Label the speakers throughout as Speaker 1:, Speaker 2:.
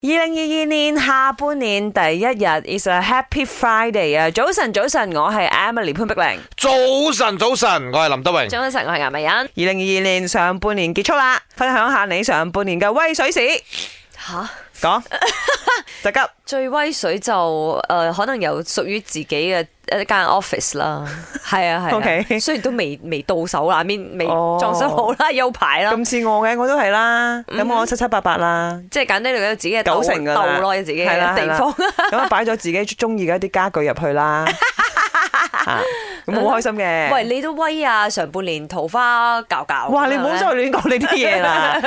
Speaker 1: 二零二二年下半年第一日，is a happy Friday 啊！早晨，早晨，我係 Emily 潘碧玲。
Speaker 2: 早晨，早晨，我係林德榮。
Speaker 1: 早晨，我係顏美欣。二零二二年上半年結束啦，分享下你上半年嘅威水史。
Speaker 3: 吓，
Speaker 1: 講就急，
Speaker 3: 最威水就誒、呃可能有屬於自己嘅一間 office 啦， 係啊係啊
Speaker 1: OK
Speaker 3: 雖然都未未到手啦，面未
Speaker 1: 哦
Speaker 3: 裝修好啦， 有排啦，
Speaker 1: 咁似我嘅，我都係啦。咁我七七八八啦，
Speaker 3: 即係簡單嚟講，自己嘅
Speaker 1: 九成㗎啦
Speaker 3: 鬥咯，有自己
Speaker 1: 係啦
Speaker 3: 嘅
Speaker 1: 係啦
Speaker 3: 地方。
Speaker 1: 咁啊擺咗自己中意嘅一啲家具入去 啦。啊咁好開心嘅。
Speaker 3: 喂，你都威啊！上半年桃花搞搞，
Speaker 1: 哇！你唔好再
Speaker 3: 有
Speaker 1: 亂講呢啲嘢 啦，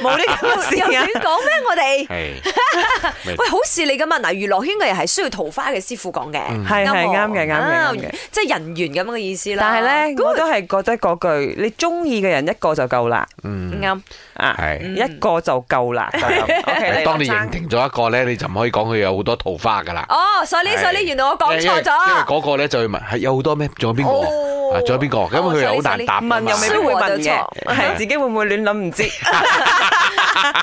Speaker 1: 冇呢咁 嘅
Speaker 3: 有
Speaker 1: 事啊
Speaker 3: 亂！講咩？我 哋
Speaker 2: 係
Speaker 3: 喂好事嚟噶嘛？嗱，娛樂圈嘅人係需要桃花嘅師傅講嘅，
Speaker 1: 嗯係係
Speaker 3: 啱
Speaker 1: 啱
Speaker 3: 喎
Speaker 1: 嘅，啱嘅，
Speaker 3: 啊
Speaker 1: 啱嘅。
Speaker 3: 即係人緣咁樣嘅意思啦。
Speaker 1: 但係咧，我
Speaker 3: Good，
Speaker 1: 都係覺得嗰句，你中意嘅人一個就夠啦，
Speaker 2: 嗯
Speaker 3: 啱。
Speaker 1: 啊，
Speaker 2: 係。
Speaker 1: 一個就夠 啦。就咁 OK，
Speaker 2: 當你
Speaker 1: 林
Speaker 2: 認
Speaker 1: 生
Speaker 2: 定咗一個咧，你就唔可以講佢有好多桃花噶啦。
Speaker 3: 哦，sorry
Speaker 2: 係
Speaker 3: sorry，原來我講
Speaker 2: 因為
Speaker 3: 錯
Speaker 2: 因為
Speaker 3: 咗。
Speaker 2: 嗰個咧就會問係有好多咩？仲有邊個
Speaker 3: 哦
Speaker 2: 啊？仲有邊個？咁
Speaker 3: 哦
Speaker 2: 佢又好
Speaker 3: sorry，
Speaker 2: 難答㗎嘛。
Speaker 1: 問又未必會問嘅，係自己會唔會亂諗 唔知。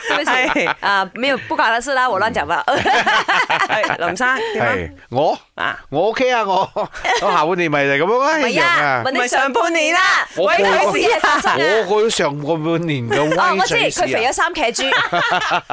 Speaker 3: 对不 起
Speaker 1: 哎
Speaker 3: 啊，没有不管了事啦，我乱讲
Speaker 2: 嗯
Speaker 3: 吧。
Speaker 1: 係林生點啊
Speaker 2: 係我
Speaker 1: 啊？
Speaker 2: 我 OK 啊， 我我下半年咪就係咁 樣一
Speaker 3: 系
Speaker 2: 樣啊
Speaker 3: 啊，。問
Speaker 1: 咪
Speaker 3: 你
Speaker 1: 上半年啦，
Speaker 2: 我
Speaker 1: 喂，
Speaker 2: 過
Speaker 1: 佢事啊，發生
Speaker 2: 我過咗上個半年嘅
Speaker 3: 哦，
Speaker 2: 威
Speaker 3: 我知
Speaker 2: 水
Speaker 3: 佢
Speaker 2: 史
Speaker 3: 肥
Speaker 2: 啊
Speaker 3: 咗，三騎豬，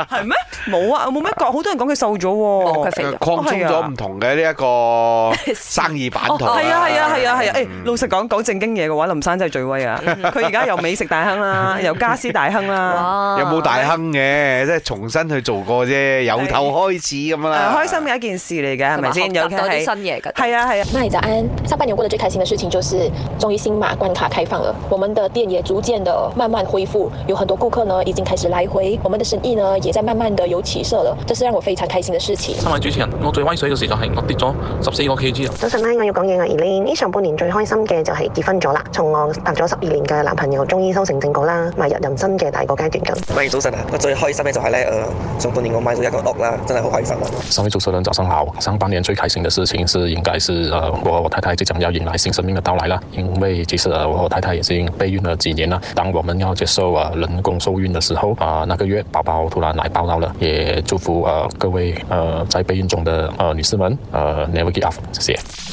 Speaker 1: 係咩？冇啊，我冇咩講，好多人講佢瘦咗
Speaker 3: 冇
Speaker 1: 喎
Speaker 3: 佢。肥咗。哦啊
Speaker 2: 擴充咗唔同嘅呢一 個生意版圖啦。
Speaker 1: 係啊係啊係啊係啊！誒，老實講講正經嘢嘅話，林生真係最威 啊！佢而家又美食大亨 啦，又家私大亨啦。
Speaker 3: 哇
Speaker 2: 有冇大？亨嘅，即係重新去做過啫，由頭開始咁啦。
Speaker 1: 誒，開心嘅一件事嚟嘅，係
Speaker 3: 同
Speaker 1: 咪
Speaker 3: 埋學
Speaker 1: 先？尤
Speaker 3: 習
Speaker 1: 其
Speaker 3: 到啲
Speaker 1: 係
Speaker 3: 新嘢嘅。
Speaker 1: 係啊係啊，
Speaker 4: 那里早安。上半年过得最开心的事情就是，终于新马关卡开放了，我们的店也逐渐的慢慢恢复，有很多顾客呢已经开始来回，我们的生意呢也在慢慢的有起色了，这是让我非常开心的事情。
Speaker 5: 三位主持人，我最威水嘅時就係我跌咗十四個 KG 啊！
Speaker 6: 早晨啦，我要講嘢啊 e l e 呢上半年最開心嘅就係結婚咗啦，從我拍咗十二年嘅男朋友終於修成正果啦，邁入人生嘅第二個階段咁。
Speaker 7: 喂，早晨啊！我最開心嘅就係咧，誒、上半年我買咗一個屋啦，真係好開心啊！
Speaker 5: 三位主持人，早上好。上半年最開心的事情是，應該是呃，我和我太太即將要迎來新生命的到來啦。因為其實呃，我和我太太已經備孕了幾年了。當我們要接受呃人工受孕的時候啊、那個月寶寶突然來報到了，也祝福呃各位呃在備孕中的呃女士們呃 never give up，謝謝。